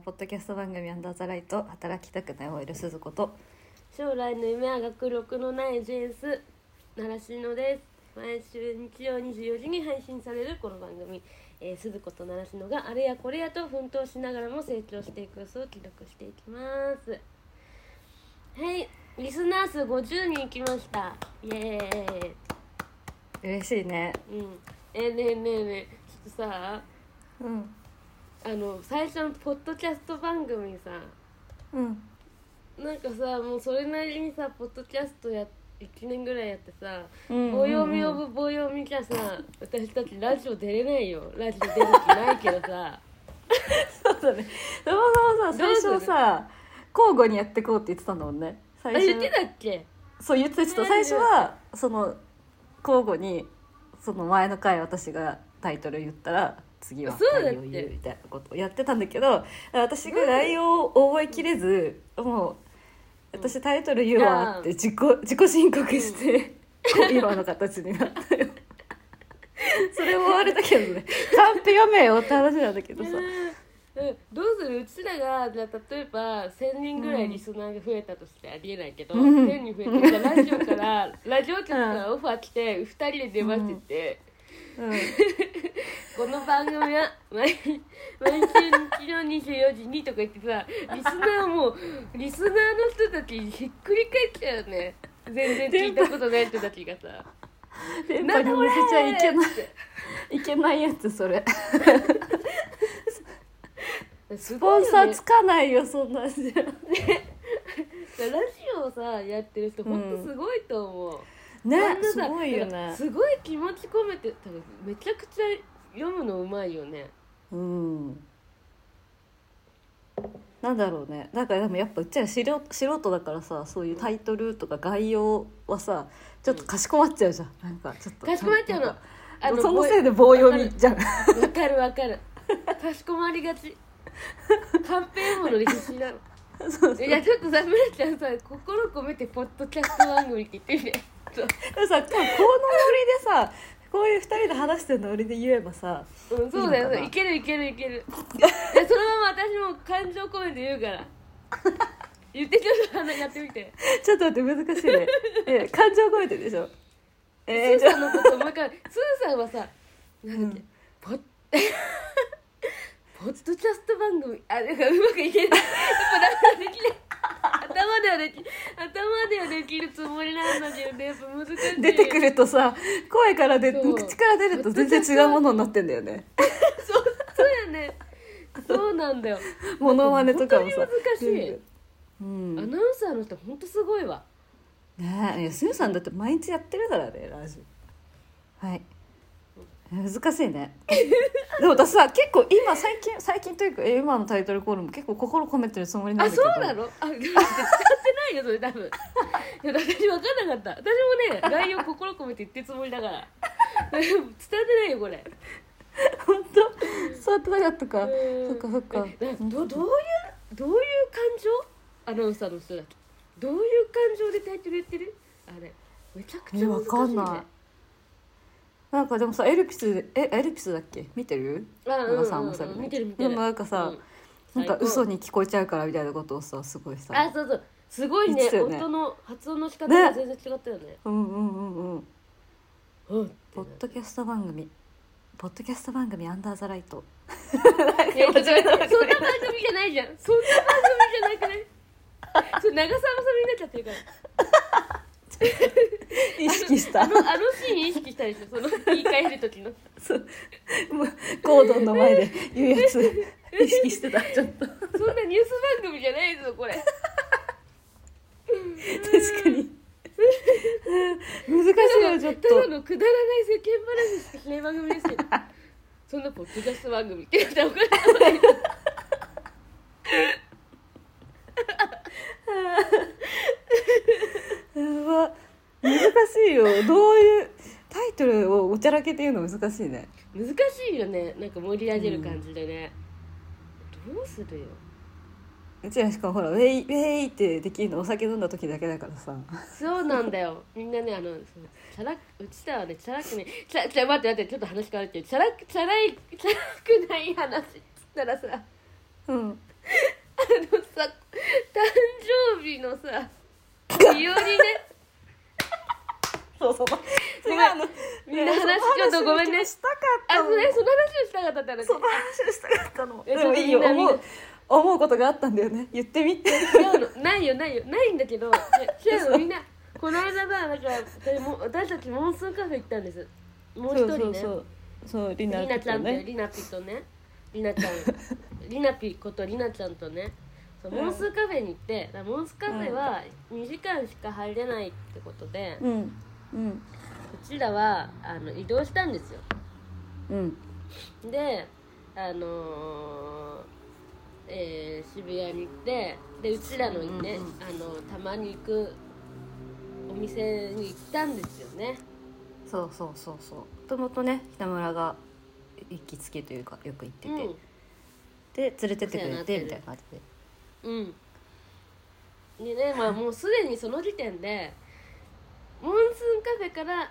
番組「アンダーザライト」働きたくない OL 鈴子と将来の夢は学力のないジェンス奈良篠です毎週日曜24時に配信されるこの番組、えー、鈴子と奈良篠があれやこれやと奮闘しながらも成長していく様子を記録していきますはいリスナー数50人いきましたイエーイ嬉しいねうんえー、ねえねえねえちょっとさうんあの最初のポッドキャスト番組さうんなんかさもうそれなりにさポッドキャストや1年ぐらいやってさうん棒読みオブ棒読みじゃさ私たちラジオ出れないよラジオ出る気ないけどさそうだねそもそもさ最初さ交互にやってこうって言ってたんだもんね あ最言ってたっけそう言ってた最初はその交互にその前の回私がタイトル言ったら次はそうだっ内て容言うみたいなことをやってたんだけど私が内容を覚えきれずもう私タイトル言うわって自己自己申告して、今の形になった よ。それもあれだけどねカンペ読めよって話なんだけどさうんどうするうちらがじゃあ例えば1,000人ぐらいリスナーが増えたとしてありえないけど、うん1,000人増えてじゃあラジオからラジオ局からオファー来て2人で出ますって言って。うんこの番組は毎毎週日曜24時にとか言ってさリスナーもリスナーの人たちひっくり返っちゃうよね全然聞いたことない人たちがさ電波なんにだ乗これせちゃいけないいけないやつそれすスポごいンサよーねつかないよそんなんじゃラジオをさやってる人ほんとすごいと思う、あねんなすさごいよなんねかすごい気持ち込めて多分めちゃくちゃ読むのうまいよねうんなんだろうねだからでもやっぱうちら素人素人だからさそういうタイトルとか概要はさちょっとかしこまっちゃうじゃんなんかちょっとかしこまっちゃうのあそのせいでで棒読みじゃんわかるわかるかしこまり がちカンペ読むのに必死なのそうそういやちょっとさむらちゃんさ心込めてポッドキャスト番組って言ってみてでもさ今日このノリでさこういう二人で話してるノリで言えばさうんそうだよいいのかないけるいけるいけるいやそのまま私も感情込めて言うから 言ってちょっと話やってみてちょっと待って難しいねえ感情込めてでしょえー、スじーゃさんのこともう一回スーさんはさなんだっけ、うんポッ ポッドキャスト番組あなんかうまくいけないやっぱなんかできない頭ではでき頭ではできるつもりなんだけどねやっぱ難しい出てくるとさ声から出そう口から出ると全然違うものになってんだよねそうそうやねそうなんだよモノマネとかもさ本当に難しいうんアねナウンサーの人ほんとすごいわえいやすゆさんだって毎日やってるからねラジオはい難しいね でも私さ結構今最近最近というかえ今のタイトルコールも結構心込めてるつもりなんあだけどそうなのあ使ってないよそれ多分いや私分かんなかった私もね概要心込めて言ってるつもりだから 伝わってないよこれ本当そうやってなかったかうんそっかそっかえなどどういうどういう感情アナウンサーの人だとどういう感情でタイトル言ってるあれめちゃくちえゃわ難しかんいねないなんかでもさエルピスえエルピスだっけ見てるあうん野う田さんんもさう見てん見てる見てでるもなんかさ、なうんんか最高嘘に聞こえちゃうからみたいなことをさすごいさあそうそうすごい言っねてたよね音の発音の仕方がね全然違ったよねうんうんうんうんうんってポッドキャスト番組ポッドキャスト番組「アンダーザライトいや違うそんな番組じゃないじゃんそんな番組じゃなくないそれ長澤まさみになっちゃってるから」意識しあたのあのシーン意識したでしょその言い換える時のそうもうコードンの前で言うやつ意識してたちょっと確そんなニュース番組じゃないぞこれかに難しいよちょっただとのくだらない世間話しかしない番組ですけど そんなポッドキャスト番組って言ったら怒られるやば難しいよどういうタイトルをおちゃらけて言うの難しいね難しいよねなんか盛り上げる感じでね、どうするようちらしかもほらウェイウェイってできるのお酒飲んだ時だけだからさそうなんだよみんなねあのそうチャラうちらはねチャラくねチャチャ待って待ってちょっと話変わるけどチャラチャラいチャラくない話っつったらさうんのさ誕生日のさ 日和ねそうそうそれごめんあのみんな話ねちょっとごめんねそあの話それをその話をしたかったって話したかったのそう話をしたかったのえでもいいよちょっとみん思うな思うことがあったんだよね言ってみて違うのないよないよないんだけど違うのみんなこの間さなんかでも私たちモンスーンカフェ行ったんですもう一人ねそうそうそうそうりなりなちゃんととりなぴとねりなちゃんりなぴことりなちゃんとねそううんモンスーカフェに行って、だからモンスーカフェは2時間しか入れないってことで、ううんうんちらはあの移動したんですようんであのーえー渋谷に行ってでうちらのね、うんうんあのたまに行くお店に行ったんですよねそうそうそうそうもともとね北村が行きつけというかよく行ってて、で連れてってくれてみたいな感じでうんでね まあもうすでにその時点でモンスーンカフェから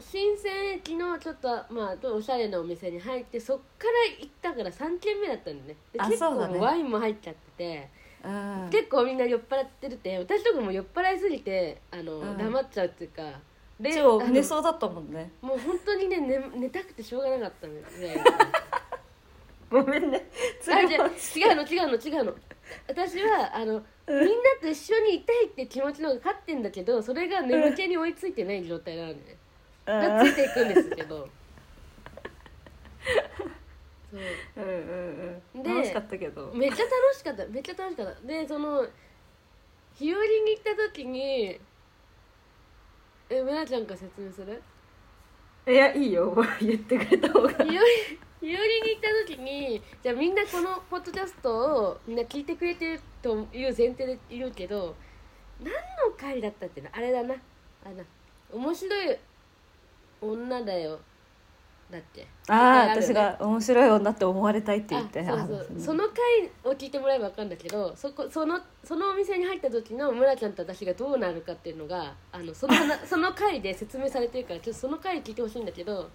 新鮮駅のちょっとまあおしゃれなお店に入ってそっから行ったから3軒目だったんでねであ結そうだね構ワインも入っちゃってて、うん結構みんな酔っ払ってるって私とかも酔っ払いすぎてあの、うん黙っちゃうっていうかで超あの寝そうだったもんねもう本当にね寝寝たくてしょうがなかったのよね ごめんねあ連れ回しじゃあ違うの違うの違うの私はあのみんなと一緒にいたいって気持ちの方が勝ってんだけどそれが眠気に追いついてない状態なので、ね、うんがついていくんですけ どそううんうんうんで楽しかったけどめっちゃ楽しかっためっちゃ楽しかったでその日和に行った時にえめなちゃんから説明するいやいいよ もう言ってくれた方が日和 日和に行った時にじゃあみんなこのポッドキャストをみんな聞いてくれてるという前提でいるけど何の回だったってなあれだなあれだ面白い女だよだっけあああるよね私が面白い女って思われたいって言あってそうそうその回を聞いてもらえば分かるんだけどそこそのそのお店に入った時の村ちゃんと私がどうなるかっていうのがあのその 話その回で説明されてるからちょっとその回聞いてほしいんだけど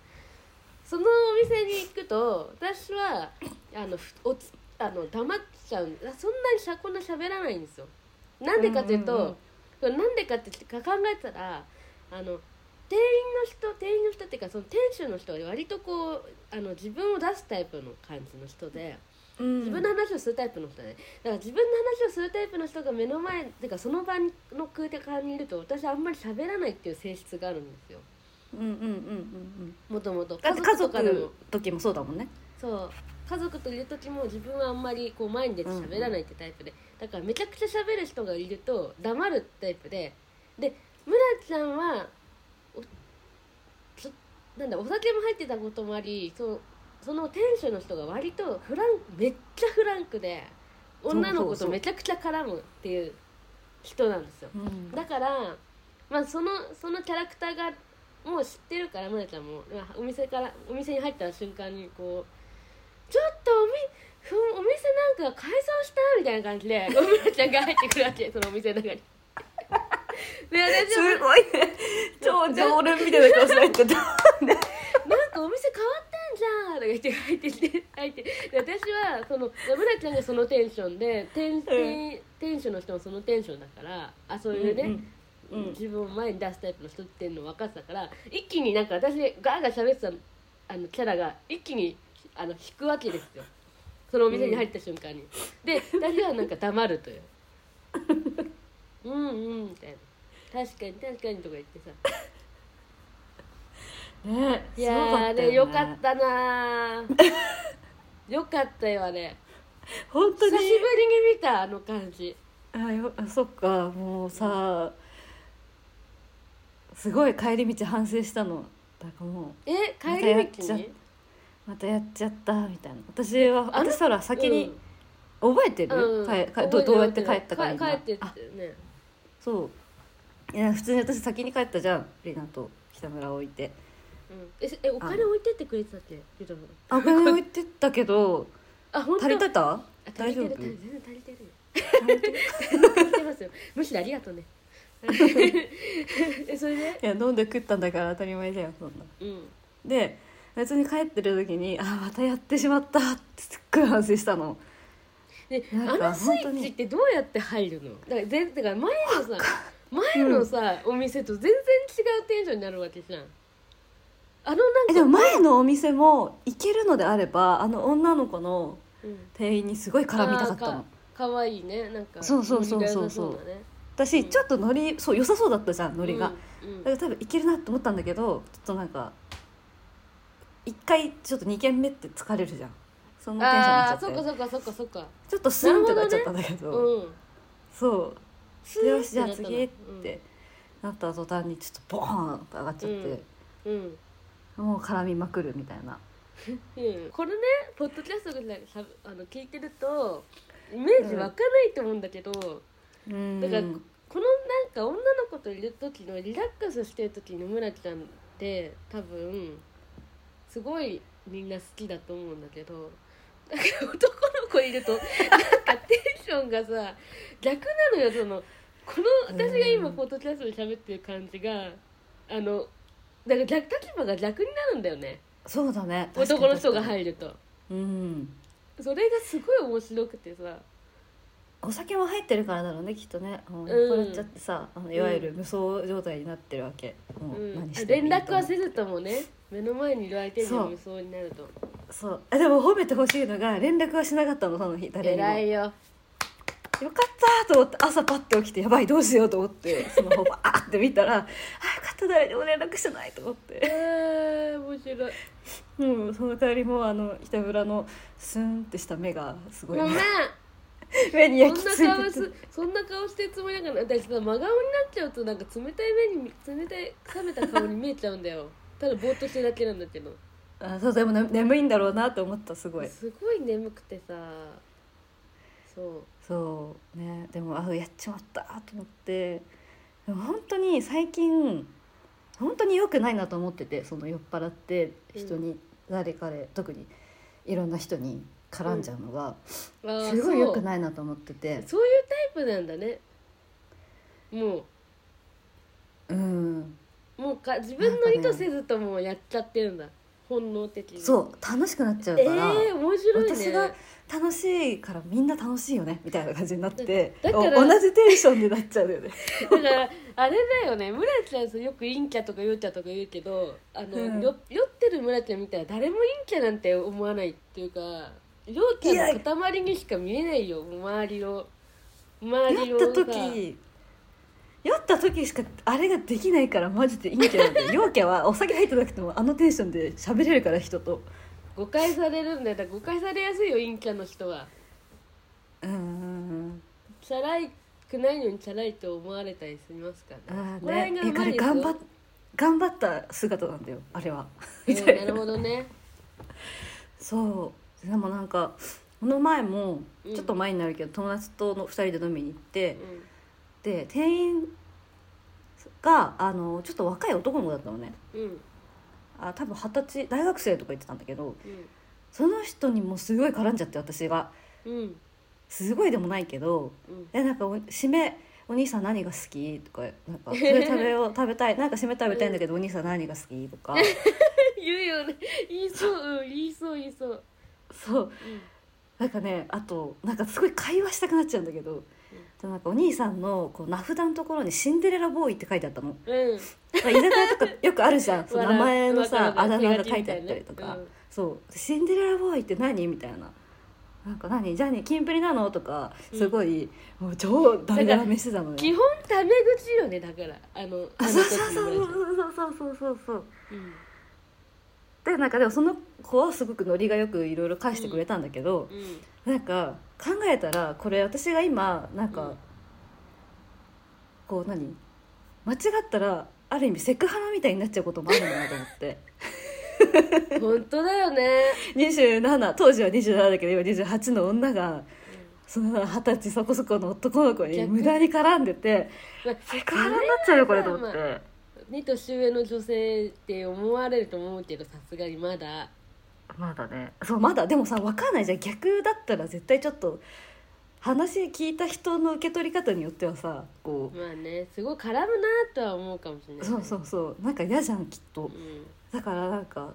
そのお店に行くと私はあのふおつあの黙っちゃうんあそんなにしゃこんな喋らないんですよ。なんでかというと、うんうんうんこれなんでかって考えたらあの店員の人店員の人っていうかその店主の人は割とこうあの自分を出すタイプの感じの人でうん自分の話をするタイプの人ねだから自分の話をするタイプの人が目の前っていうかその場の空間にいると私はあんまり喋らないっていう性質があるんですようんうんうんうんうんもともとだって家族でのも時もそうだもんねそう家族といる時も自分はあんまりこう前に出て喋らないってタイプで、だからめちゃくちゃ喋る人がいると黙るタイプでで村ちゃんはおちょなんだお酒も入ってたこともありそうその店主の人が割とフランめっちゃフランクで女のそうそ子うとそうめちゃくちゃ絡むっていう人なんですようんだから、まあ、そのそのキャラクターがもう知ってるからまなちゃんもまあお店からお店に入った瞬間にこうちょっとおみふお店なんか改装したみたいな感じでまなちゃんが入ってくる わけそのお店の中に。で私すはご いね超常連みたいな顔しないってた なんかお店変わったんじゃんとか言って入ってきて入ってで私はその村ちゃんがそのテンションで店店店主の人もそのテンションだからあそういうね、うん自分を前に出すタイプの人っていうのを分かってたから一気になんか私ガーガー喋ってたあのキャラが一気にあの引くわけですよそのお店に入った瞬間に、で私はなんか黙るといううんうんみたいな確かに確かにとか言ってさねいやーあれよかったなー よかったよあれ本当久しにぶりに見たあの感じあよあそっかもうさすごい帰り道反省したのだからもうえ帰りま道たやっにちまたやっちゃったみたいな私はあれ私ほら先に、覚えてうんる、うんかえか覚どえどうるやって帰ったかみん帰なってっあてねそういや普通に私先に帰ったじゃんリナと北村を置いてうんええお金置いてってくれてたっけゆともあお金置いてったけどあ本当足りてたあ足大りて丈る夫足り全然足りてるよ足りてますよむしろありが とうねえそれでいや飲んで食ったんだから当たり前だよそんなうんで別に帰ってる時にあまたやってしまったってすっごい反省したのでなあんかのスイッチってどうやって入るのだから全だから前のさ前のさ、お店と全然違うテンションになるわけじゃんあのなんかえでも前のお店も行けるのであればあの女の子のうん店員にすごい絡みたかったあーのかかわいいねなんかそうそうそうそうそうノリが良さだね私うんちょっとノリそう良さそうだったじゃんノリが、うんうんだから多分いけるなと思ったんだけどちょっとなんか一回ちょっと2軒目って疲れるじゃんそんなテンションになあっちあゃそっかってそっかそっかそっかちょっとスンってなっちゃったんだけどうんそうスでーよしじゃあッてな次っったのてなった途端にちょっとボーンって上がっちゃって、うん、うんもう絡みまくるみたいなうんこれねポッドキャストでさあの聞いてるとイメージ湧かないと思うんだけど、うんだからこのなんか女の子といる時のリラックスしてる時の村木さんって多分すごいみんな好きだと思うんだけどなんか男の子いるとなんかテンションがさ逆なのよそのこの私が今うんポッドキャストで喋ってる感じがあのだから逆立場が逆になるんだよねそうだね男の人がる、入るとうん、それがすごい面白くてさお酒も入ってるからだろうねきっとねもう酔っ払っちゃってさ、あのいわゆる無双状態になってるわけ、もううん何し、てもい連いと思う絡はせずともね目の前にいる相手にそう無双になるとそうあでも褒めてほしいのが連絡はしなかったのその日誰にも偉いよよかったと思って朝パッて起きてやばいどうしようと思ってスマホバーって見たらあよかった誰にも連絡してないと思ってえー、面白いうんその代わりもうあの北村のスンってした目がすごごいめんね目にそん焼なき付顔いてすてそんな顔してるつもりだから私さ真顔になっちゃうとなんか冷たい目に冷たい冷めた顔に見えちゃうんだよただぼーっとしてるだけなんだけどあそうでも、ね、眠いんだろうなと思ったすごいすごい眠くてさそうそうねでもあやっちまったと思ってでも本当に最近本当に良くないなと思っててその酔っ払って人に、誰彼特にいろんな人に絡んじゃうのが、あーすごい良くいないなと思っててそういうタイプなんだねもうんうもうか自分の意図せずともやっちゃってるんだ本能的にうそう楽しくなっちゃうかえら、ー、面白いね私が楽しいからみんな楽しいよねみたいな感じになってだだおから同じテンションになっちゃうよね。だからあれだよね村ちゃんさよく陰キャとか陽キャとか言うけどあの、うんよ酔ってる村ちゃん見たら誰も陰キャなんて思わないっていうか陽キャの塊にしか見えないよ周りを周り酔っをたさ時酔った時しかあれができないからマジで陰キャなんで陽キャはお酒入ってなくてもあのテンションで喋れるから人と誤解されるんだよだから誤解されやすいよ陰キャの人はうんうんチャラいくないのにチャラいと思われたりしますからうんあこあこらね辺えがう彼まいですよ頑張っ頑張った姿なんだよあれはみうんたないなるほどねそうでもなんかこの前もうんちょっと前になるけど、友達との2人で飲みに行っうてん、で店員があのちょっと若い男の子だったのねうんあ多分二十歳大学生とか言ってたんだけどうんその人にもすごい絡んじゃって私が。うんすごいでもないけどうん「えなんかお締めお兄さん何が好き?」とか「なん かそれ食べよう食べたいなんか締め食べたいんだけどお兄さん何が好き?」とか 言うよね言いそう、うん、言いそう言いそう、そううんなんかねあとなんかすごい会話したくなっちゃうんだけど、でなんかお兄さんのこう名札のところに「シンデレラボーイ」って書いてあったのうん、なんか居酒屋とかよくあるじゃんそ の名前の笑さうあだ名が書いてあったりとか。、そう「シンデレラボーイって何?」みたいな「なんか何ジャニーキンプリなの?」とかすごい、もう超ダメダメしてたのね。手紙みたいなうん基本タメ口よねだからあのああのそう時そうのそう村ちそうそうそうそうそうゃんうんでなんかでもその子はすごくノリがよくいろいろ返してくれたんだけど、うんなんか考えたらこれ私が今なんか、うんこう何間違ったらある意味セクハラみたいになっちゃうこともあるんだなと思って 本当だよね27当時は27だけど今28の女がその二十歳そこそこの男の子に逆無駄に絡んでてまあセクハラになっちゃうよこれと思っそれて。 2年上の女性って思われると思うけどさすがにまだまだねそうまだでもさ分かんないじゃん逆だったら絶対ちょっと話聞いた人の受け取り方によってはさこまあねすごい絡むなとは思うかもしれう、ないそうそうそうなんか嫌じゃんきっとうんだからなんか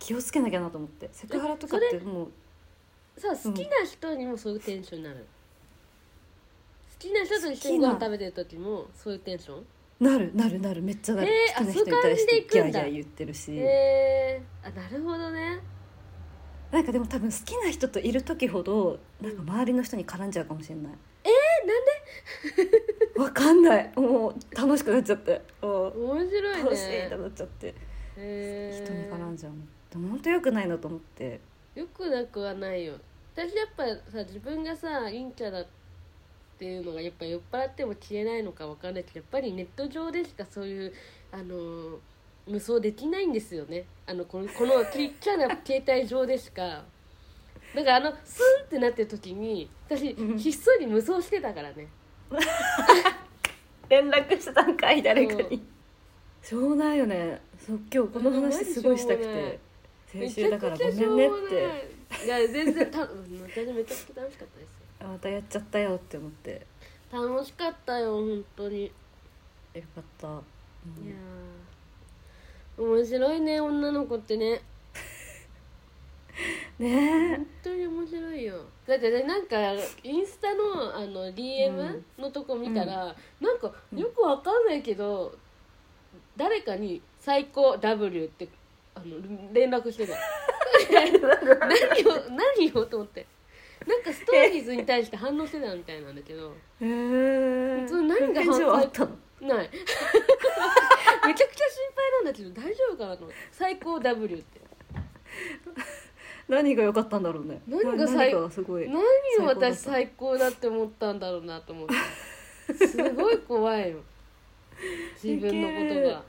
気をつけなきゃなと思ってセクハラとかってもうそう好きな人にもそういうテンションになる、好きな人と一緒にご飯食べてる時もそういうテンションなるなるなるめっちゃなる、えー好きな人にあそういう感対じしでて行ギャーくんギだャー言ってるし、えー、あなるほどねなんかでも多分好きな人といる時ほどなんか周りの人に絡んじゃうかもしれない えー、なんでわかんないもう楽しくなっちゃってもう面白いね楽しいってなっちゃって、えー人に絡んじゃうのでも本当良くないなと思ってよくなくはないよ私やっぱさ自分がさ陰キャだっていうのがやっぱ酔っ払っても消えないのかわかんないけどやっぱりネット上でしかそういうあのー無双できないんですよねあのこのこのちっちゃな携帯上でしかなんかあのスンってなってる時に私うんひっそり無双してたからね連絡したんかい誰かにしょうもないよねそう今日この話すごいしたくうんマジしょて先週うもないだからごめんねっめちゃくちゃしょうてもないいや全然たうん私めちゃくちゃ楽しかったですよあまたやっちゃったよって思って楽しかったよ本当によかった、うんいやー面白いね女の子ってねねえ本当に面白いよだってねなんかインスタのあの DM のとこ見たら、なんかよくわかんないけど、誰かに「最高 W」ってあの連絡 してた何を何をと思ってなんかストーリーズに対して反応してたみたいなんだけどへえそう何が返事はあったのない めちゃくちゃ心配なんだけど大丈夫かなと思って「最高 W」って。何が良かったんだろうね何がな最何がすごい何を私最高だって思ったんだろうなと思ってすごい怖いよ自分のことがや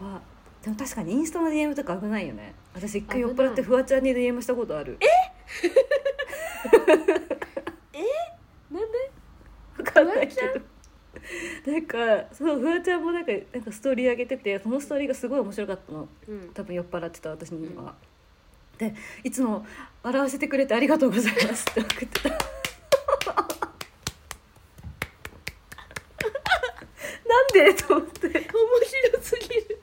ばでも確かにインスタの DM とか危ないよね私一回危酔なっ払いってフワちゃんに DM したことある えなんで分かんないけどなんかそうフワちゃんもなんかなんかストーリー上げててそのストーリーがすごい面白かったのうん多分酔っ払ってた私には、でいつも笑わせてくれてありがとうございますって送っ てたなんでと思って面白すぎる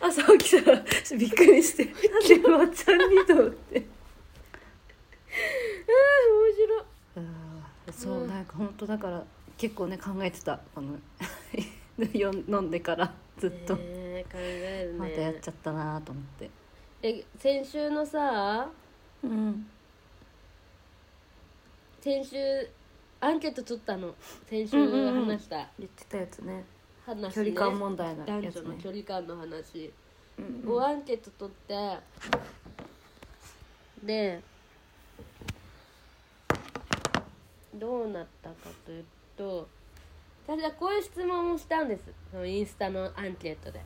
朝起きたらびっくりしてなんでフワちゃんにと思ってあうんそう、うんなんか本当だから結構ね考えてたこの よん飲んでからずっー面と、白いねえ考えるねまたやっちゃったなと思って、え先週のさうん、先週アンケート取ったの先週話した言ってたやつね話距ね離感問題の男やつ女のね距離感の話うんをアンケート取ってでどうなったかというと私はこういう質問をしたんですそのインスタのアンケートで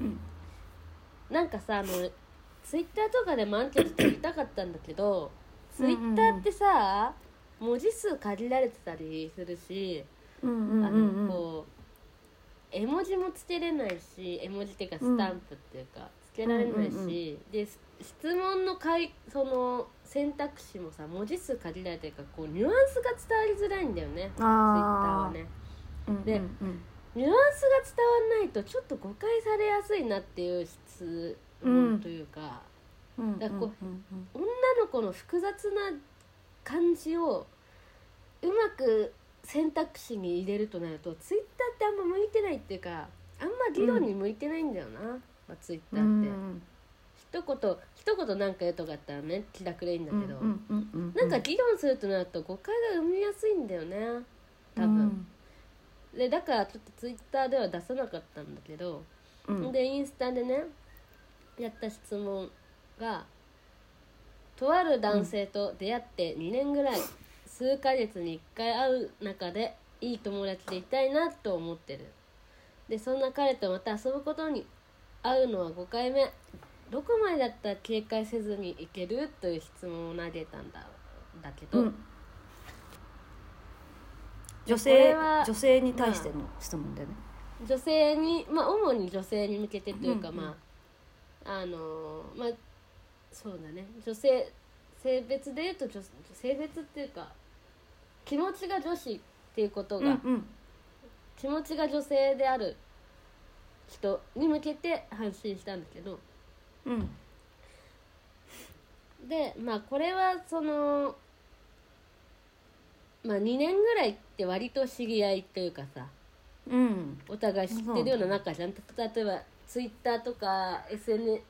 うんなんかさあのツイッターとかでもアンケート取りたかったんだけどうツんイうんうんッターってさ文字数限られてたりするしうんうんうあのんうんこう絵文字もつけれないし絵文字っていうかスタンプっていうか、つけられないし、うんうんうんで質質問のかいその選択肢もさ文字数限られてるからこうニュアンスが伝わりづらいんだよねツイッターはあーねうんでうんうんニュアンスが伝わんないとちょっと誤解されやすいなっていう質問というか、うんだからこうんうん女の子の複雑な感じをうまく選択肢に入れるとなるとツイッターってあんま向いてないっていうかあんま議論に向いてないんだよな、まあ、ツイッタうーって、ん一言一言なんか言うとかあったらね気楽でいいんだうんけど、うんうんうんなんか議論するとなると誤解が生みやすいんだよね多分、でだからちょっとツイッターでは出さなかったんだけど、うんうんでインスタでねやった質問が「とある男性と出会って2年ぐらい、数ヶ月に1回会う中でいい友達でいたいなと思ってる」でそんな彼とまた遊ぶことに会うのは5回目どこまでだったら警戒せずにいけるという質問を投げたんだだけど、うん女こ性れは女性に対しての質問だよね、女性にまあ主に女性に向けてというか、うんうんまああのーまあそうだね女性性別で言うと女性別っていうか気持ちが女子っていうことが、うんうん気持ちが女性である人に向けて発信したんだけどうんでまあこれはそのまあ2年ぐらいって割と知り合いというかさうんお互い知ってるような仲じゃんた例えばツイッターとか SNS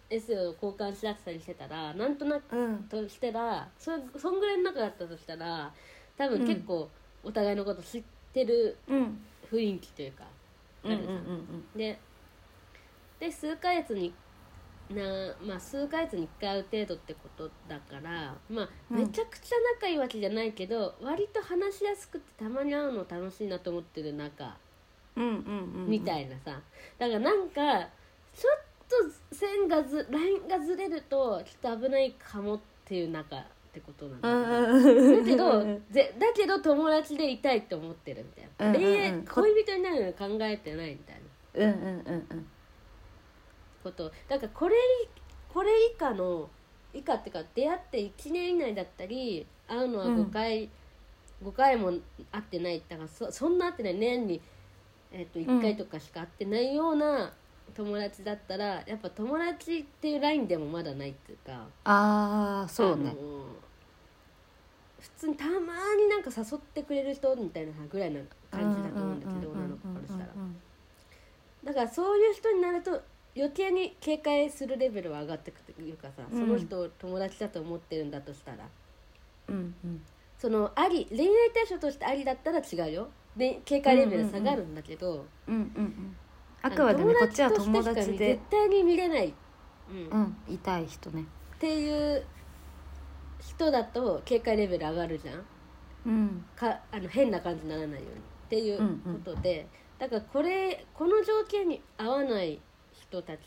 を交換し合ってたりしてたらなんとなくうんとしたらそそんぐらいの仲だったとしたら多分結構お互いのこと知ってるうん雰囲気というか、うんうんうんでで数ヶ月になまあ数ヶ月に1回会う程度ってことだからまあうんめちゃくちゃ仲いいわけじゃないけど、割と話しやすくてたまに会うの楽しいなと思ってる仲うんうんうんうんみたいいなさ、だからなんかちょっと線がずラインがずれるとちょっと危ないかもっていう仲ってことなんだけど。だけどぜだけど友達でいたいって思ってるみたいうんな、うんうん恋愛恋人になるのに考えてないみたいなうんうんうんうんことだからこれこれ以下の以下っていうか出会って1年以内だったり会うのはうん5回、5回も会ってないだからそそんな会ってない年に、えっと1回とかしか会ってないような友達だったらやっぱ友達っていうラインでもまだないっていうか。ああそうあねの普通にたまになんか誘ってくれる人みたいなぐらいな感じだと思うんだけど女の子からしたらだからそういう人になると余計に警戒するレベルは上がってくというかさ、うんその人を友達だと思ってるんだとしたらうんうんそのあり恋愛対象としてありだったら違うよで警戒レベル下がるんだけど、うんうんうんあくまでもこっちは友として達しか絶で対に見れない、うんうっんいたい人ねていう人だと警戒レベル上がるじゃんうんかあの変な感じにならないようにっていうことで、だからこれこの条件に合わない人たち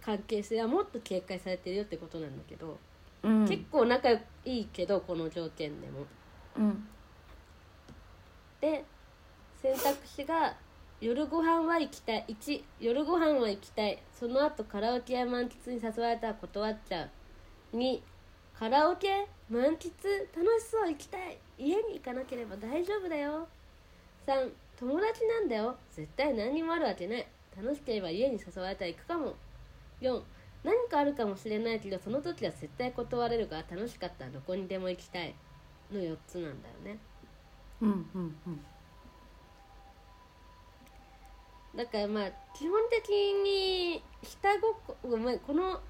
関係性はもっと警戒されてるよってことなんだけど、うん結構仲いいけどこの条件でも。うんで選択肢が「夜ご飯は行きたい」1「夜ご飯は行きたい」その後カラオケや満喫に誘われたら断っちゃう2カラオケ満喫楽しそう行きたい家に行かなければ大丈夫だよ3友達なんだよ絶対何にもあるわけない楽しければ家に誘われたら行くかも4何かあるかもしれないけどその時は絶対断れるから楽しかったらどこにでも行きたいの4つなんだよねうんうんうんだからまあ基本的に下心、まあ、この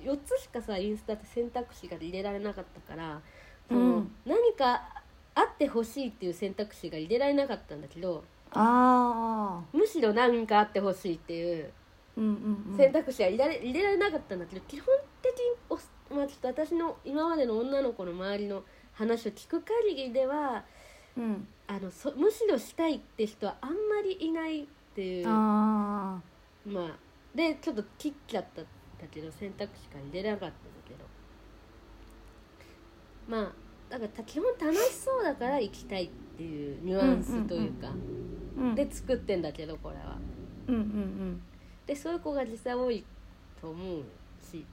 4つしかさインスタって選択肢が入れられなかったから、そのうん何かあってほしいっていう選択肢が入れられなかったんだけどああむしろ何かあってほしいっていううんうんうん選択肢は入れられ入れられなかったんだけど基本的におす、まあ、ちょっと私の今までの女の子の周りの話を聞く限りではうんあのそむしろしたいって人はあんまりいないっていう。ああまあでちょっと切っちゃったんだけど選択肢から入れなかったんだけどまあだからた基本楽しそうだから行きたいっていうニュアンスというか、うんで作ってんだけどこれはうんうんでそういう子が実際多いと思うし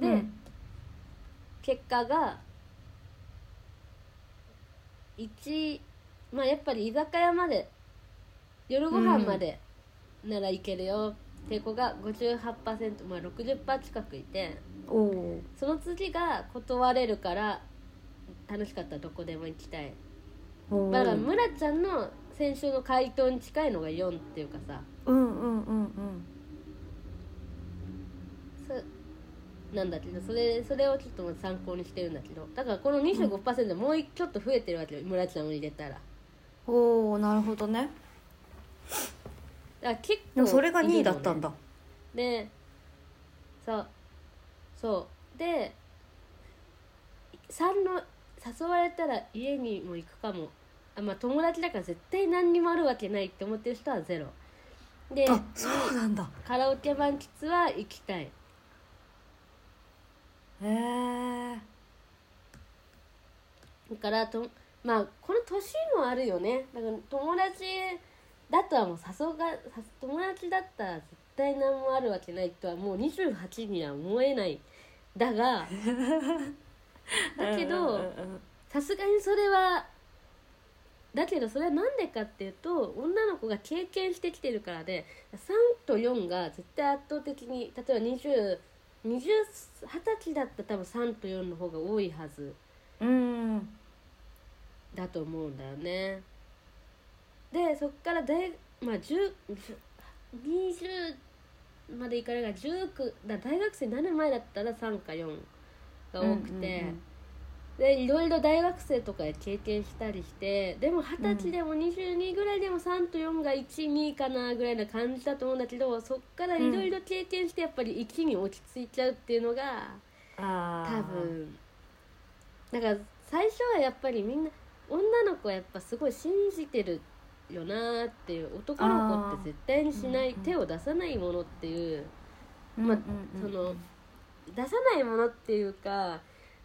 うんで、うん結果が1まあやっぱり居酒屋まで夜ご飯までならいけるよっていう子が58%まあ60%近くいておおその次が断れるから楽しかったらどこでも行きたいおだから村ちゃんの先週の回答に近いのが4っていうかさうんうんうんうんそなんだけどそれそれをちょっとまあ参考にしてるんだけどだからこの25%もういちょっと増えてるわけよ村ちゃんを入れたら。おおなるほどねだから結構でもそれがいるの2ね位だったんだでそうそうで3の誘われたら家にも行くかもあまあ友達だから絶対何にもあるわけないって思ってる人はゼロであそうなんだカラオケ満喫は行きたいへえだからとまあこの年もあるよねだから友達だとはもう誘うが誘友達だったら絶対何もあるわけないとはもう28には思えないだがだけうんどさすがにそれはだけどそれはなんでかっていうと女の子が経験してきてるからで3と4が絶対圧倒的に例えば20 20歳だったら多分3と4の方が多いはずうんだと思うんだよねでそっから大まあ10 20までいかないが19だ大学生になる前だったら3か4が多くて、でいろいろ大学生とかで経験したりしてでも二十歳でも22ぐらいでも3と4が12かなぐらいな感じだと思うんだけどそっからいろいろ経験してやっぱり1に落ち着いちゃうっていうのがああ多分だから最初はやっぱりみんな女の子はやっぱすごい信じてるよなーっていう男の子って絶対にしないあー手を出さないものっていうまあその出さないものっていうか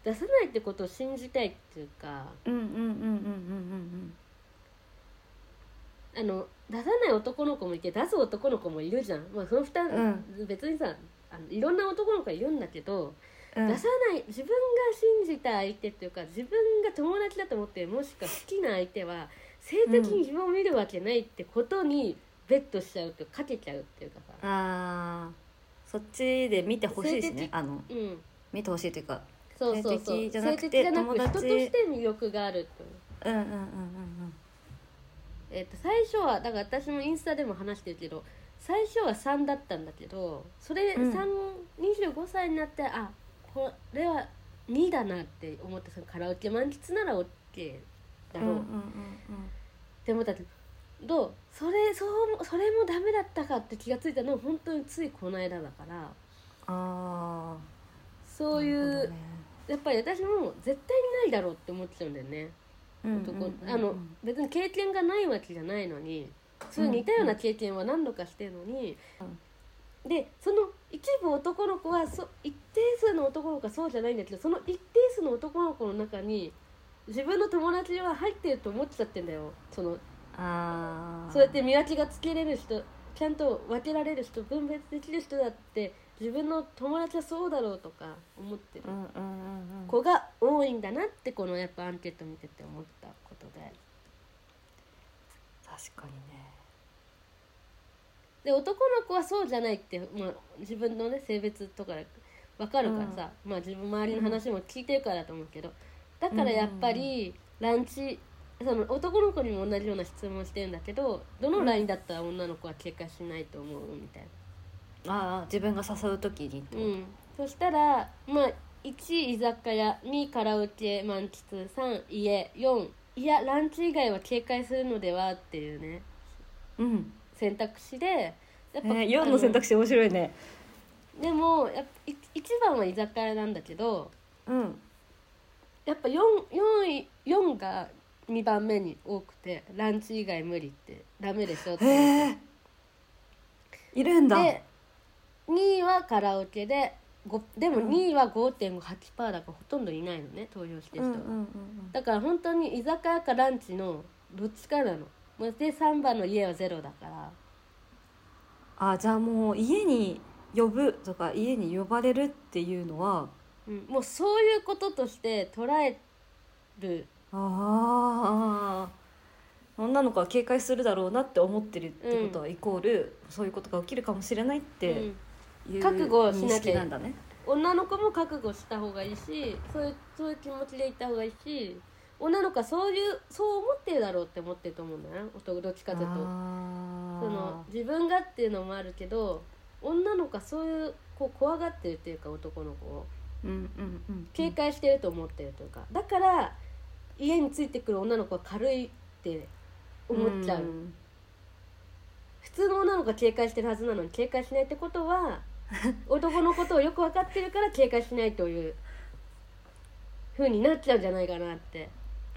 出さないってことを信じたいっていうかうんうんうんうんうんあの出さない男の子もいて出す男の子もいるじゃん、まあ、その2人、別にさあのいろんな男の子がいるんだけうど、んうん出さない自分が信じた相手っていうか自分が友達だと思ってもしくは好きな相手は性的に自分を見るわけないってことにベットしちゃうっていうかかけちゃうっていうかさ、ああそっちで見てほしいし性ね的あのうん、見てほしいというかそうそうそう性的じゃなくて性的じゃなく友達人として魅力があるっていううんうんうんえっと最初はだから私もインスタでも話してるけど最初は3だったんだけどそれうん3、25歳になってあこれは2だなって思ってそのカラオケ満喫なら OK だうんうんろううんうっんて思ったけどそれそうそれもダメだったかって気がついたのは本当についこの間だからああそういう、やっぱり私も絶対にないだろうって思っちゃうんだよね。男あの別に経験がないわけじゃないのにそういう似たような経験は何度かしてるのに、でその一部男の子はそ一定数の男の子はそうじゃないんだけどその一定数の男の子の中に自分の友達は入ってると思っちゃってんだよそのああそうやって見分けがつけれる人ちゃんと分けられる人分別できる人だって自分の友達はそうだろうとか思ってるうんうんうんうん子が多いんだなってこのやっぱアンケート見てて思ったことで。確かにねで男の子はそうじゃないって、まあ、自分のね性別とかで分かるからさ、まあ自分周りの話も聞いてるからだと思うけどだからやっぱりランチその男の子にも同じような質問してるんだけどどのラインだったら女の子は経過しないと思うみたいな。ああ自分が誘う時にってうことん、そしたらまあ1居酒屋2カラオケ満喫3家4いやランチ以外は警戒するのではっていうねうん選択肢でやっね4の選択肢面白いねでもやっぱい一番は居酒屋なんだけどうんやっぱ 4, 4, 位4が2番目に多くてランチ以外無理ってダメでしょってへえいるんだで2位はカラオケでごでもうん2位は5.58%だからほとんどいないのね投票してうるんう人んは、うんだから本当に居酒屋かランチのどっちかなのまあで3番の家はゼロだからあじゃあもう家に呼ぶとか家に呼ばれるっていうのはうんもうそういうこととして捉えるああ女の子は警戒するだろうなって思ってるってことはイコール、そういうことが起きるかもしれないっうてんいう覚悟をしなき認ゃ識なんだね。女の子も覚悟した方がいいしそういうそういう気持ちでいった方がいいし女の子はそういうそう思ってるだろうって思ってると思うんだよね男どっちかというとあーその自分がっていうのもあるけど女の子はそういうこう怖がってるっていうか男の子をうんうんうん警戒してると思ってるというか、だから家についてくる女の子は軽いって思っちゃう、ん普通の女の子が警戒してるはずなのに警戒しないってこ とは男のことをよく分かってるから警戒しないという風になっちゃうんじゃないかなって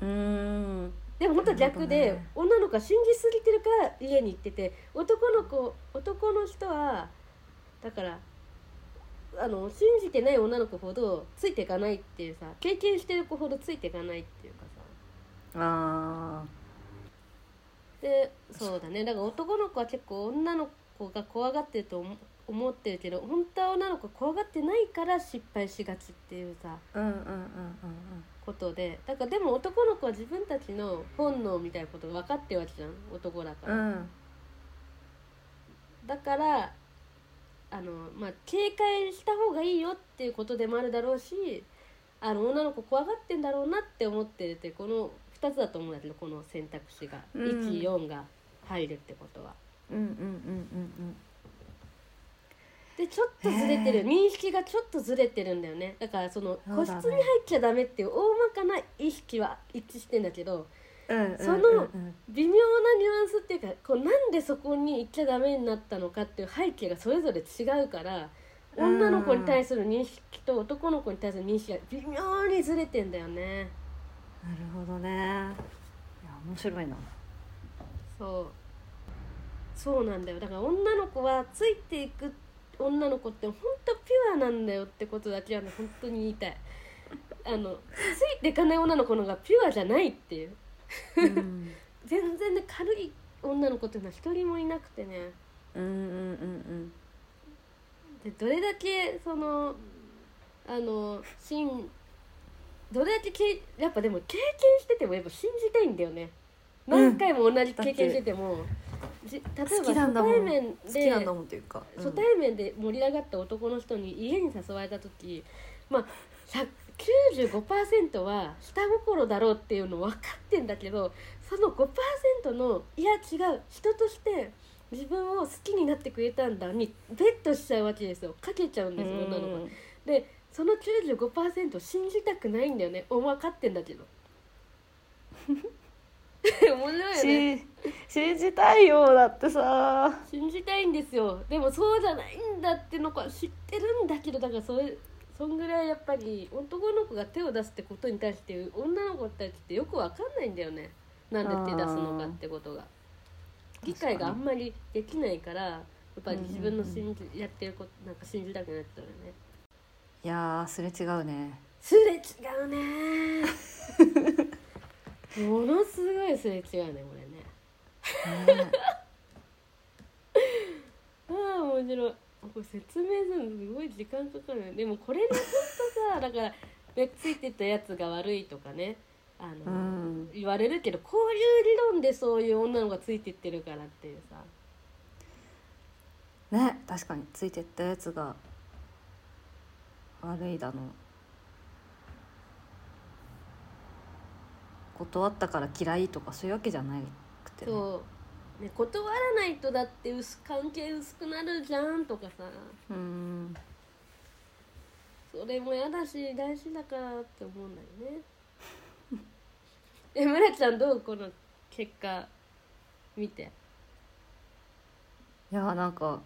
うーんでも本当は逆なで、るほ女の子は信じすぎてるから家に行ってて男の子男の人はだからあの信じてない女の子ほどついていかないっていうさ経験してる子ほどついていかないっていうかさあでそうだねだから男の子は結構女の子が怖がってると思思ってるけど本当は女の子は怖がってないから失敗しがちっていうさーうんうんうんうんことでだからでも男の子は自分たちの本能みたいなことが分かってるわけじゃん男だかうら、んうんだからあの、まあ、警戒した方がいいよっていうことでもあるだろうしあの女の子怖がってんだろうなって思ってるってこの2つだと思うんだけどこの選択肢が、うん14が入るってことは。うんうんうんうんでちょっとずれてへるー認識がちょっとずれてるんだよねだからそのそうだね個室に入っちゃダメっていう大まかな意識は一致してんだけどうんうんうんうんその微妙なニュアンスっていうかこうなんでそこに行っちゃダメになったのかっていう背景がそれぞれ違うからうん女の子に対する認識と男の子に対する認識が微妙にずれてんだよねなるほどねいや面白いなそうそうなんだよだから女の子はついていく女の子って本当ピュアなんだよってことだけはね本当に言いたいあのついていかない女の子の方がピュアじゃないっていううん全然ね軽い女の子っていうのは一人もいなくてねうんうんでどれだけそのあのしんどれだけけやっぱでも経験しててもやっぱ信じたいんだよねうん何回も同じ経験してても、じ例えば好きなん初だもん対面好きでなんだもんっていうか初対面で盛り上がった男の人に家に誘われた時まあさ95%は下心だろうっていうの分かってんだけどその5%のいや違う人として自分を好きになってくれたんだにベットしちゃうわけですよかけちゃうんうでんすよ女の子はでその95%を信じたくないんだよねお分かってんだ けど面白いよねし信じたいよだってさ信じたいんですよでもそうじゃないんだってのか知ってるんだけどだからそれそんぐらいやっぱり男の子が手を出すってことに対して女の子たちってよくわかんないんだよねなんで手出すのかってことが理解があんまりできないからやっぱり自分の信じ、やってることなんか信じたくなっちゃうよねいやーすれ違うねすれ違うねものすごいすれ違うねこれねねああ面白いこれ説明するのすごい時間かかるねでもこれのほんとさだからねついてたやつが悪いとかねあうの、ん言われるけどこういう理論でそういう女の子がついてってるからっていうさね確かについてったやつが悪いだの断ったから嫌いとかそういうわけじゃなくてね、そう、ね、断らないとだって薄関係薄くなるじゃんとかさうんそれも嫌だし大事だからって思うんだよね え村ちゃんどうこの結果見ていやなんか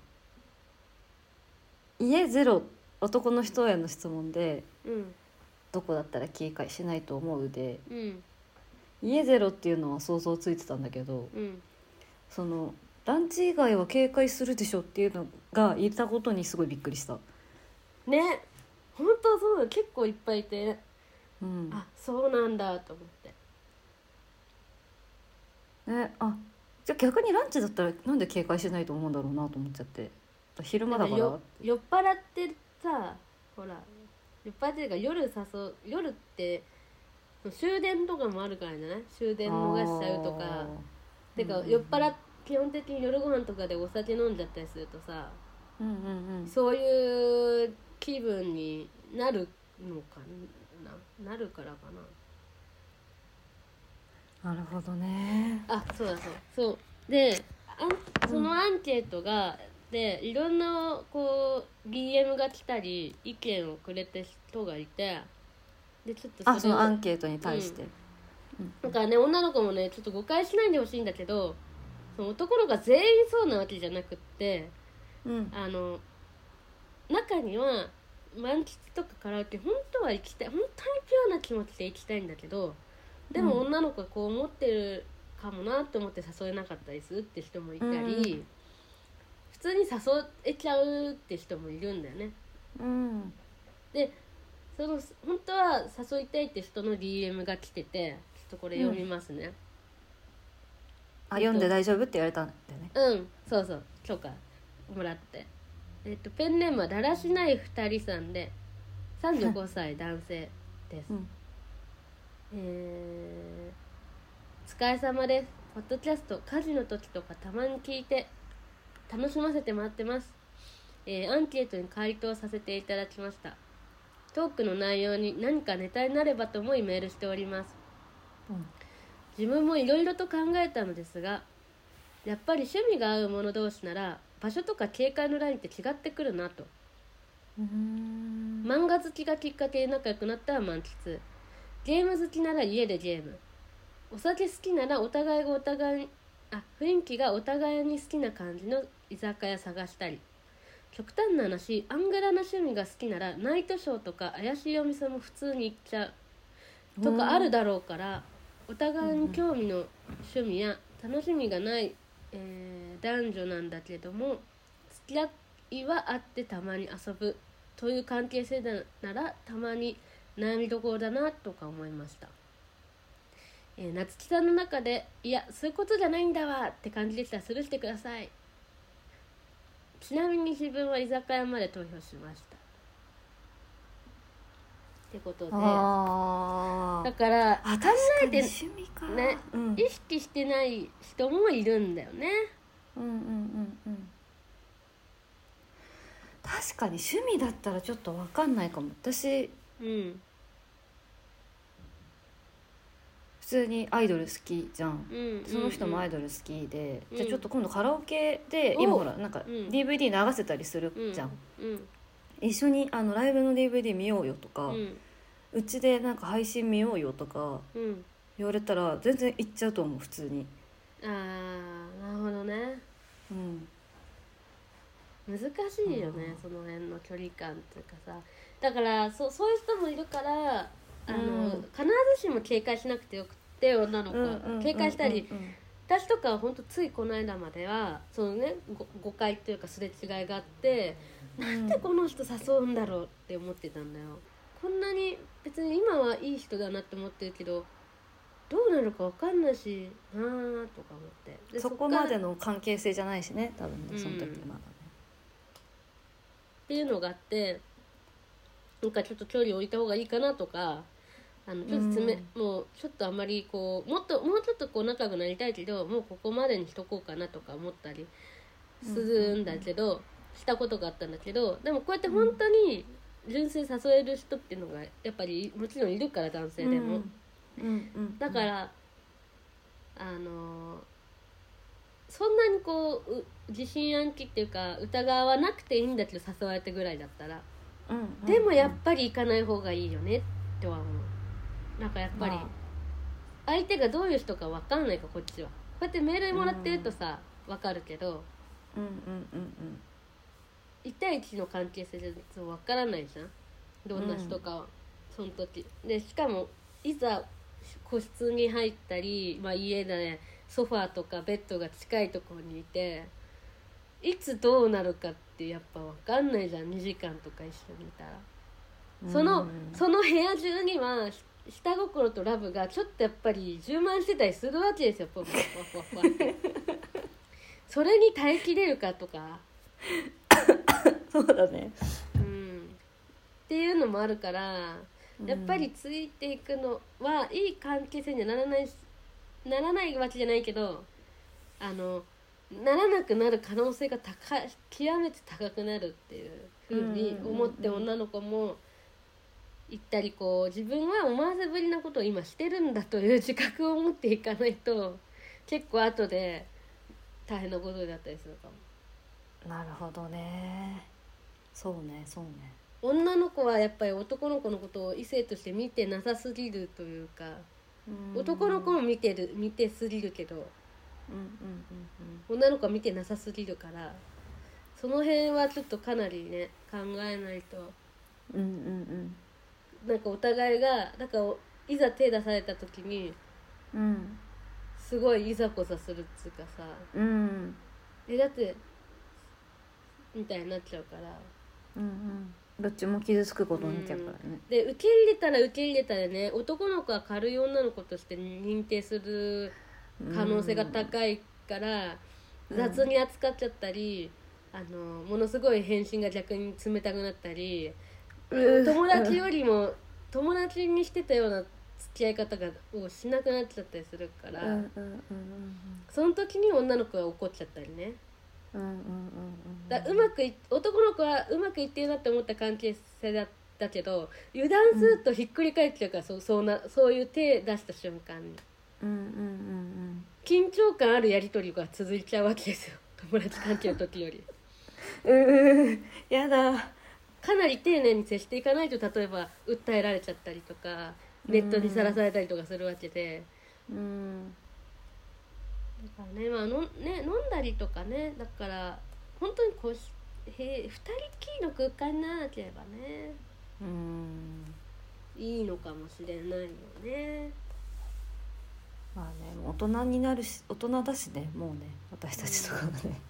家ゼロ男の人への質問でうん「どこだったら警戒しないと思う」でうん家ゼロっていうのは想像ついてたんだけどうんその団地以外は警戒するでしょっていうのが言ったことにすごいびっくりした。ね本当そうだ結構いっぱいいてうん、あそうなんだと思ってねあじゃあ逆にランチだったらなんで警戒しないと思うんだろうなと思っちゃって昼間だからよ酔っ払ってさほら酔っ払ってるから夜誘う夜って終電とかもあるからじゃない終電逃しちゃうとかてか、うん酔っ払っ基本的に夜ご飯とかでお酒飲んじゃったりするとさあーうんうんうんそういう気分になるのかななるからかななるほどねあそうだそうそうであんそのアンケートが、でいろんなこう DM が来たり意見をくれた人がいてでちょっとあそれをのアンケートに対して、なんかね女の子もねちょっと誤解しないでほしいんだけどその男の子が全員そうなわけじゃなくってうんあの中には満喫とかカラオケ本当は行きたい本当にピュアな気持ちで行きたいんだけどでもうん女の子はこう思ってるかもなと思って誘えなかったりするって人もいたり、うん普通に誘えちゃうって人もいるんだよねうんでその本当は誘いたいって人の DM が来ててちょっとこれ読みますねあ読んで大丈夫って言われたんだよねうん、そうそう許可もらってえっとペンネームはだらしない二人さんで35歳男性ですうんえー、お疲れ様です。ポッドキャスト、家事の時とかたまに聞いて、楽しませてもらってます。えーアンケートに回答させていただきましたトークの内容に何かネタになればと思いメールしております自分もいろいろと考えたのですがやっぱり趣味が合う者同士なら場所とか警戒のラインって違ってくるなとうん漫画好きがきっかけで仲良くなったら満喫ゲーム好きなら家でゲームお酒好きならお互いがお互いにあ雰囲気がお互いに好きな感じの居酒屋探したり極端な話アングラな趣味が好きならナイトショーとか怪しいお店も普通に行っちゃうとかあるだろうからお互いに興味の趣味や楽しみがない、えー男女なんだけども付き合いはあってたまに遊ぶという関係性だならたまに悩みどころだなとか思いました、えー、夏木さんの中でいやそういうことじゃないんだわって感じでしたらスルーしてくださいちなみに自分は居酒屋まで投票しましたってことであだーからあ確かにて趣味かねうん、意識してない人もいるんだよねうんうんうんうん確かに趣味だったらちょっと分かんないかも私うん普通にアイドル好きじゃんうんその人もアイドドル好きで、うんじゃあちょっと今度カラオケで、お今ほらなんかうん DVD 流せたりするじゃん、うん一緒にあのライブの DVD 見ようよとかう、んうちでなんか配信見ようよとかうん言われたら全然行っちゃうと思う普通に、あーなるほどねうん、難しいよね、うんその辺の距離感っていうかさだからそそういう人もいるからあの、うん必ずしも警戒しなくてよくて女の子、警戒したり、私とかはほんとついこの間まではそのねご誤解というかすれ違いがあって、なんなんでこの人誘うんだろうって思ってたんだよこんなに別に今はいい人だなって思ってるけどどうなるかわかんないしなあとか思ってでそこまっからでっの関係性じゃないしね多分ねその時まだね、ていうのがあってなんかちょっと距離を置いた方がいいかなとかあのちょっと詰め、もうちょっとあんまりこうもっともうちょっとこう仲良くなりたいけどもうここまでにしとこうかなとか思ったりするんだけど、したことがあったんだけどでもこうやって本当に純粋に誘える人っていうのがやっぱりもちろんいるから男性でも、うんうんだから、あのーそんなにこうう自信暗記っていうか疑わなくていいんだけど誘われてぐらいだったら、うんうんでもやっぱり行かない方がいいよねとは思うなんかやっぱりまあ相手がどういう人か分かんないかこっちはこうやってメールでもらってるとさ、わ分かるけど、うんうんうん1対1の関係性じゃ分からないじゃんどんな人かは、その時でしかもいざ個室に入ったり、まあ、家で、ね、ソファーとかベッドが近いところにいていつどうなるかってやっぱ分かんないじゃん2時間とか一緒にいたらうんそのうんその 部屋中にはし下心とラブがちょっとやっぱり充満してたりするわけですよポワポワポワポワって それに耐えきれるかとかそうだねうんっていうのもあるからうんやっぱりついていくのはいい関係性にはならないしならないわけじゃないけどあのならなくなる可能性が高い極めて高くなるっていうふうに思ってうんうんうん女の子も行ったりこう自分は思わせぶりなことを今してるんだという自覚を持っていかないと結構後で大変なことだったりするかも。なるほどねそうねそうね女の子はやっぱり男の子のことを異性として見てなさすぎるというかうん男の子も見てる見てすぎるけどうんうんうん女の子は見てなさすぎるからその辺はちょっとかなりね考えないとうんうんうんなんかお互いがなんかおいざ手出された時にうんすごいいざこざするっつうかさうんうんえだってみたいになっちゃうからうんうんどっちも傷つくことになっちゃうからねで受け入れたら受け入れたらね男の子は軽い女の子として認定する可能性が高いから、うん雑に扱っちゃったり、あのものすごい返信が逆に冷たくなったり、うん友達よりも友達にしてたような付き合い方がをしなくなっちゃったりするかうら、んうんうんうんその時に女の子が怒っちゃったりねうんうんうんうんうんだうまくい男の子はうまくいってるなって思った関係性だったけど油断するとひっくり返っちゃうから、そうそうなそういう手出した瞬間にうんうんうん緊張感あるやり取りが続いちゃうわけですよ 友達関係の時よりうんうーやだかなり丁寧に接していかないと例えば訴えられちゃったりとかネットにさらされたりとかするわけで、うんだからねまあのんね飲んだりとかねだから本当にこうしへ2人きりの空間にならなければねうんいいのかもしれないよねまあねもう大人になるし大人だしねもうね私たちとかはね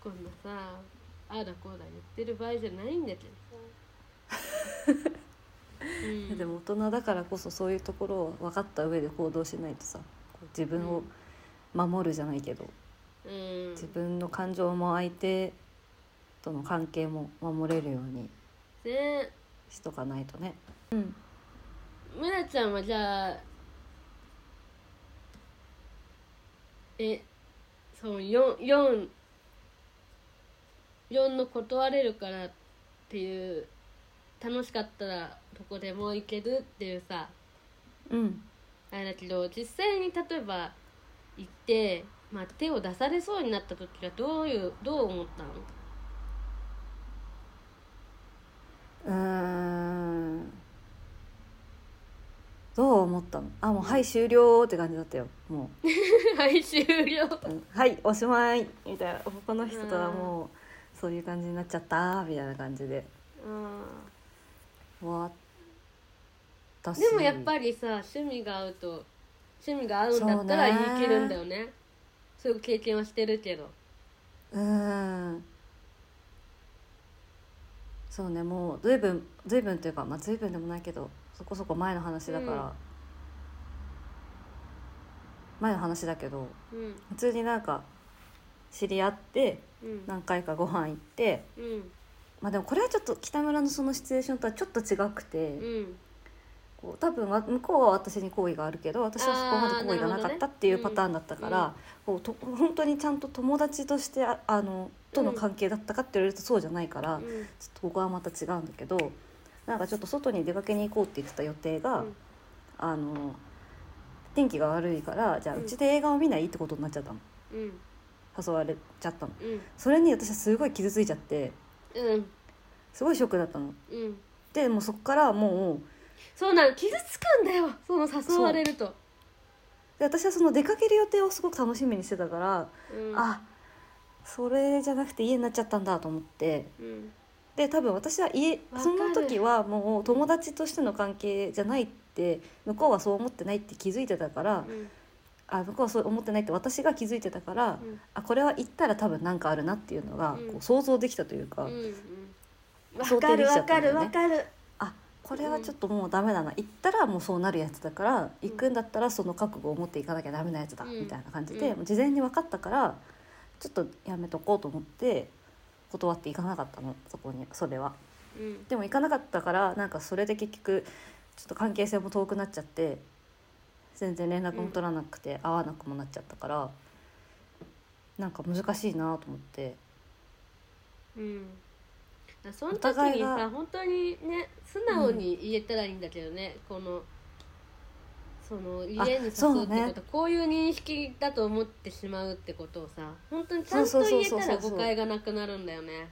こんなさああだこうだ言ってる場合じゃないんだけどさ、う んでも大人だからこそそういうところを分かった上で行動しないとさこう自分を守るじゃないけど、うん自分の感情も相手との関係も守れるようにねしとかないとね。うん、むらちゃんはじゃあえそう44の断れるからっていう楽しかったらどこでも行けるっていうさうん、あれだけど実際に例えば行って、まあ、手を出されそうになった時はどういうどう思ったのうーんどう思ったのあもうはい終了って感じだったよも はい終了う、うんはいおしまいみたいな他の人とはもうそういう感じになっちゃったみたいな感じで終わったしでもやっぱりさ趣味が合うと趣味が合うんだったらそうね言い切るんだよねそういう経験はしてるけどうーんそうねもう随分随分というかまあ随分でもないけどそこそこ前の話だから、うん前の話だけどうん普通になんか知り合ってうん何回かご飯行ってうんまあでもこれはちょっと北村のそのシチュエーションとはちょっと違くて、うんこう多分わ向こうは私に好意があるけど私はそこまで好意がなかったっていうパターンだったから、こうと本当にちゃんと友達としてああのとの関係だったかって言われるとそうじゃないから、うちょっんとここはまた違うんだけどなんかちょっと外に出かけに行こうって言ってた予定が、うんあの天気が悪いからじゃあうんうちで映画を見ないってことになっちゃったのうん誘われちゃったの。うんそれに私はすごい傷ついちゃってうんすごいショックだったの。うんでもうそこからもうそうなの傷つくんだよその誘われるとで私はその出かける予定をすごく楽しみにしてたからうんあそれじゃなくて家になっちゃったんだと思ってうんで多分私は家わかるその時はもう友達としての関係じゃないって向こうはそう思ってないって気づいてたから、うんあ向こうはそう思ってないって私が気づいてたから、うんあこれは行ったら多分なんかあるなっていうのがうんこう想像できたというか、うん想定できちゃったんだよねかるあこれはちょっともうダメだな行ったらもうそうなるやつだから行くんだったらその覚悟を持っていかなきゃダメなやつだ、うんみたいな感じうでんもう事前に分かったからちょっとやめとこうと思って断っていかなかったのそこにそれは。うんでも行かなかったからなんかそれで結局ちょっと関係性も遠くなっちゃって全然連絡も取らなくて会わなくもなっちゃったから、なんか難しいなと思ってうんだからそおの互時にいがさ本当にね素直に言えたらいいんだけどね、このその家に誘そううってこねとこういう認識だと思ってしまうってことをさ本当にちゃんそとうそうそ言うそうえたら誤解がなくなるんだよね。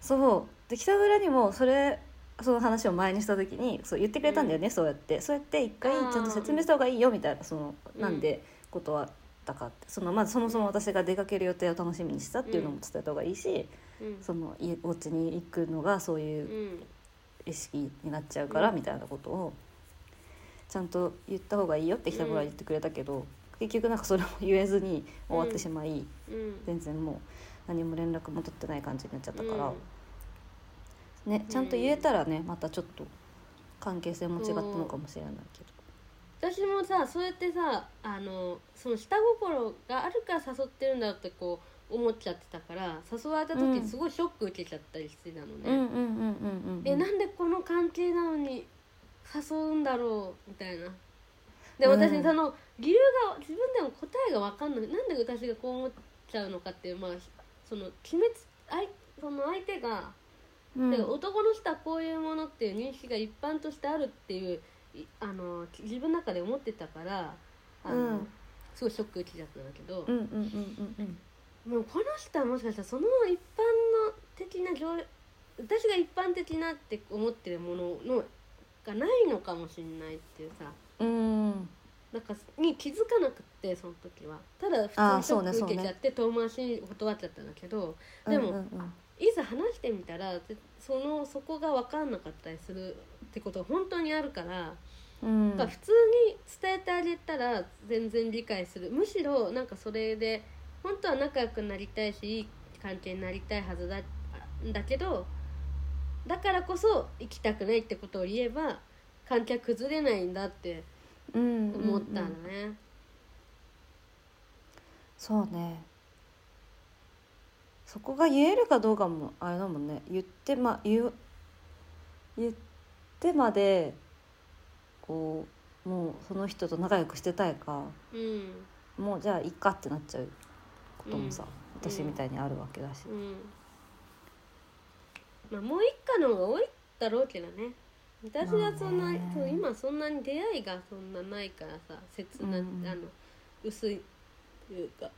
そうで北村にもそれその話を前にした時にそう言ってくれたんだよね、そうやってそうやって一回あーちゃんと説明した方がいいよみたいなそのうんなんで断ったかってそのまずそもそも私が出かける予定を楽しみにしたっていうのも伝えた方がいいし、うんその家お家に行くのがそういううん意識になっちゃうからうんみたいなことをちゃんと言った方がいいよって北村は言ってくれたけど、結局なんかそれも言えずに終わってしまい、うん全然もう何も連絡も取ってない感じになっちゃったから、ねんちゃんと言えたらねまたちょっと関係性も違ったのかもしれないけど。私もさそうやってさあのその下心があるから誘ってるんだってこう思っちゃってたから誘われたう時んすごいショック受けちゃったりしてたのね。うんうんうんうんうんえうんなんでこの関係なのに誘うんだろうみたいなで私、うんその理由が自分でも答えが分かんないなんで私がこう思っちゃうのかっていうまあその決めつ相その相手が、うんだから男の人はこういうものっていう認識が一般としてあるっていういあの自分の中で思ってたからあの、うんすごいショック受けちゃったんだけど、うんうんうんうんもうこの人はもしかしたらその一般の的な常私が一般的なって思ってるもののがないのかもしれないっていうさうんうんなんかに気づかなくってその時はただあ普通ーにショそうねック受そけうちゃねって遠回しに断っちゃったんだけどでもうんうんいざ話してみたらでそのそこが分かんなかったりするってことが本当にあるから、うんやっぱ普通に伝えてあげたら全然理解するむしろなんかそれで本当は仲良くなりたいしいい関係になりたいはずだだけどだからこそ行きたくないってことを言えば関係は崩れないんだってうんうん思ったのね。そうねそこが言えるかどうかもあれだもんね言ってま言う言ってまでこうもうその人と仲良くしてたいかうんもうじゃあいっかってなっちゃうこともさ、うん私みたいにあるわけだし、うんまあもう一家の方が多いだろうけどね私はそんな、まあねそう今そんなに出会いがそんなないからさ切な、うんあの薄いというか、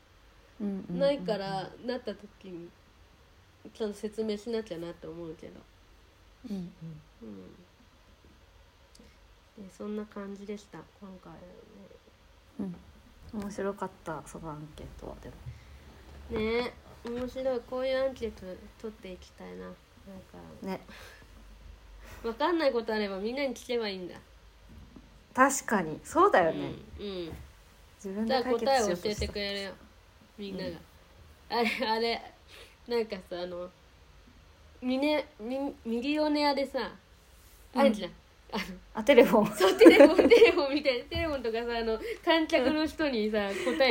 うんうんうんないからなった時にちゃんと説明しなきゃなって思うけど、うんうんうん、でそんな感じでした今回はね。うん面白かったそのアンケートはでもねえ面白いこういうアンケート取っていきたいななんかね分かんないことあればみんなに聞けばいいんだ確かにそうだよね、うんうん自分じゃあで解答決えしよをう教とえしてたくれるよみんなが、あれあれなんかさあのミネミミリオネアでさあるじゃん、あのあテレフォンそうテレフォンテレフォンみたいなテレフォンとかさあの観客の人にさあ答えを聞くんだ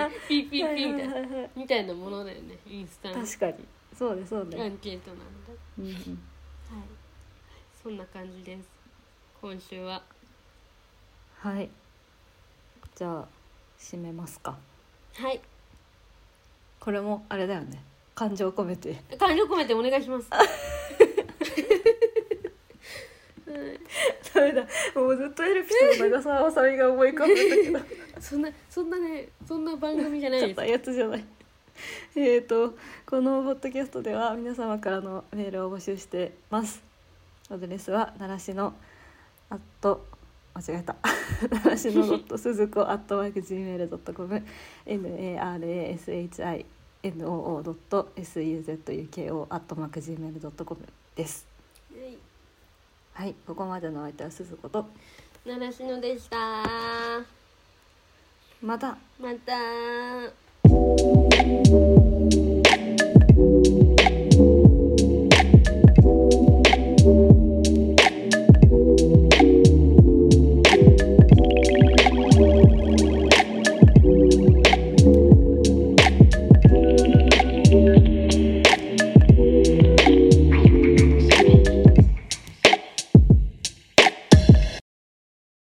よピーピーピーみたいなはいはいはいみたいなものだよねインスタの 確かにそうねそうアね、ンケートなんだうんうんはいそんな感じです今週ははい。じゃあ締めますか。はいこれもあれだよね。感情込めて。感情込めてお願いします。はいダメだ。もうずっとエルピスの長澤まさみが思い浮かぶんだけど、そんなそんなねそんな番組じゃないちょっですと。やつじゃない。 えっとこのポッドキャストでは皆様からのメールを募集してます。アドレスは奈良市のアット間違えた 奈良市のドット鈴子アットマーク gmail.com narashino ドット suzuko アットマーク gmail.com です。はいはい、ここまでのお相手は鈴子と、奈良しのでした。また。また。